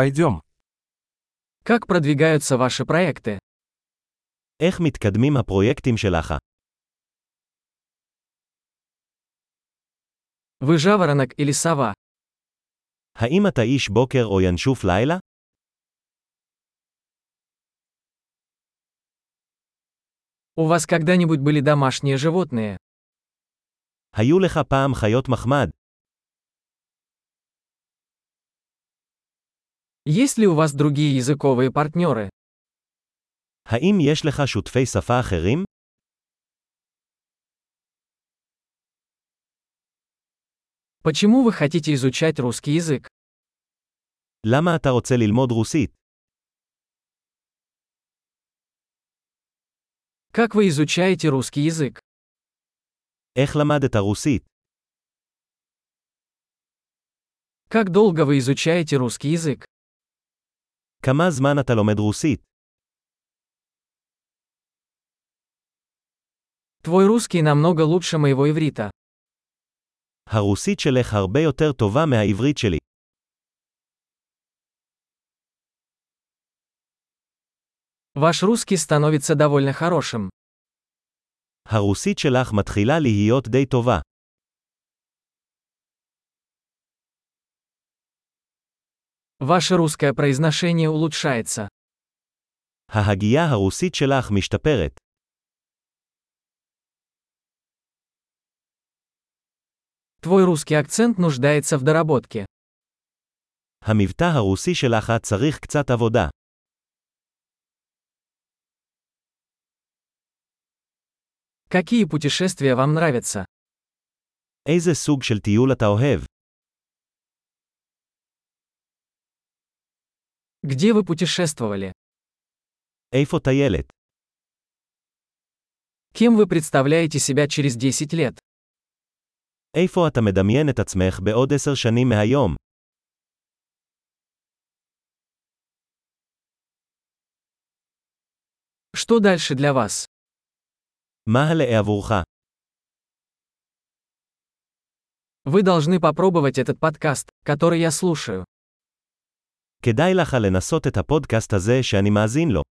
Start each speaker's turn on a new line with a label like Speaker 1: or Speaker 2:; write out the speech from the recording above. Speaker 1: Пойдем.
Speaker 2: Как продвигаются ваши проекты?
Speaker 3: איך מתקדמים הפרויקטים שלך?
Speaker 2: Вы жаворонок или сова?
Speaker 3: האם אתה איש בוקר או ינשוף לילה?
Speaker 2: У вас когда-нибудь были домашние животные?
Speaker 3: היו לך פעם חיות מחמד?
Speaker 2: Есть ли у вас другие языковые партнеры?
Speaker 3: האם יש לך שותפי שפה אחרים?
Speaker 2: Почему вы хотите изучать русский язык?
Speaker 3: למה אתה רוצה ללמוד רוסית?
Speaker 2: Как вы изучаете русский язык?
Speaker 3: איך למדת רוסית?
Speaker 2: Как долго вы изучаете русский язык?
Speaker 3: כמה זמן אתה לומד רוסית?
Speaker 2: Твой русский намного лучше моего иврита.
Speaker 3: הרוסית שלך הרבה יותר טובה מהעברית שלי.
Speaker 2: Ваш русский становится довольно хорошим.
Speaker 3: הרוסית שלך מתחילה להיות די טובה.
Speaker 2: Ваше русское произношение улучшается.
Speaker 3: ההגייה הרוסית שלך משתפרת.
Speaker 2: Твой русский акцент нуждается в доработке.
Speaker 3: המבטא הרוסי שלך צריך קצת עבודה.
Speaker 2: Какие путешествия вам нравятся?
Speaker 3: איזה סוג של טיול אתה אוהב?
Speaker 2: Где вы путешествовали?
Speaker 3: איפה טיילת?
Speaker 2: Кем вы представляете себя через 10 лет?
Speaker 3: איפה אתה מדמיין את עצמך בעוד עשר שנים מהיום?
Speaker 2: Что дальше для вас?
Speaker 3: מה הלאה עבורך?
Speaker 2: Вы должны попробовать этот подкаст, который я слушаю.
Speaker 3: כדאי לך לנסות את הפודקאסט הזה שאני מאזין לו.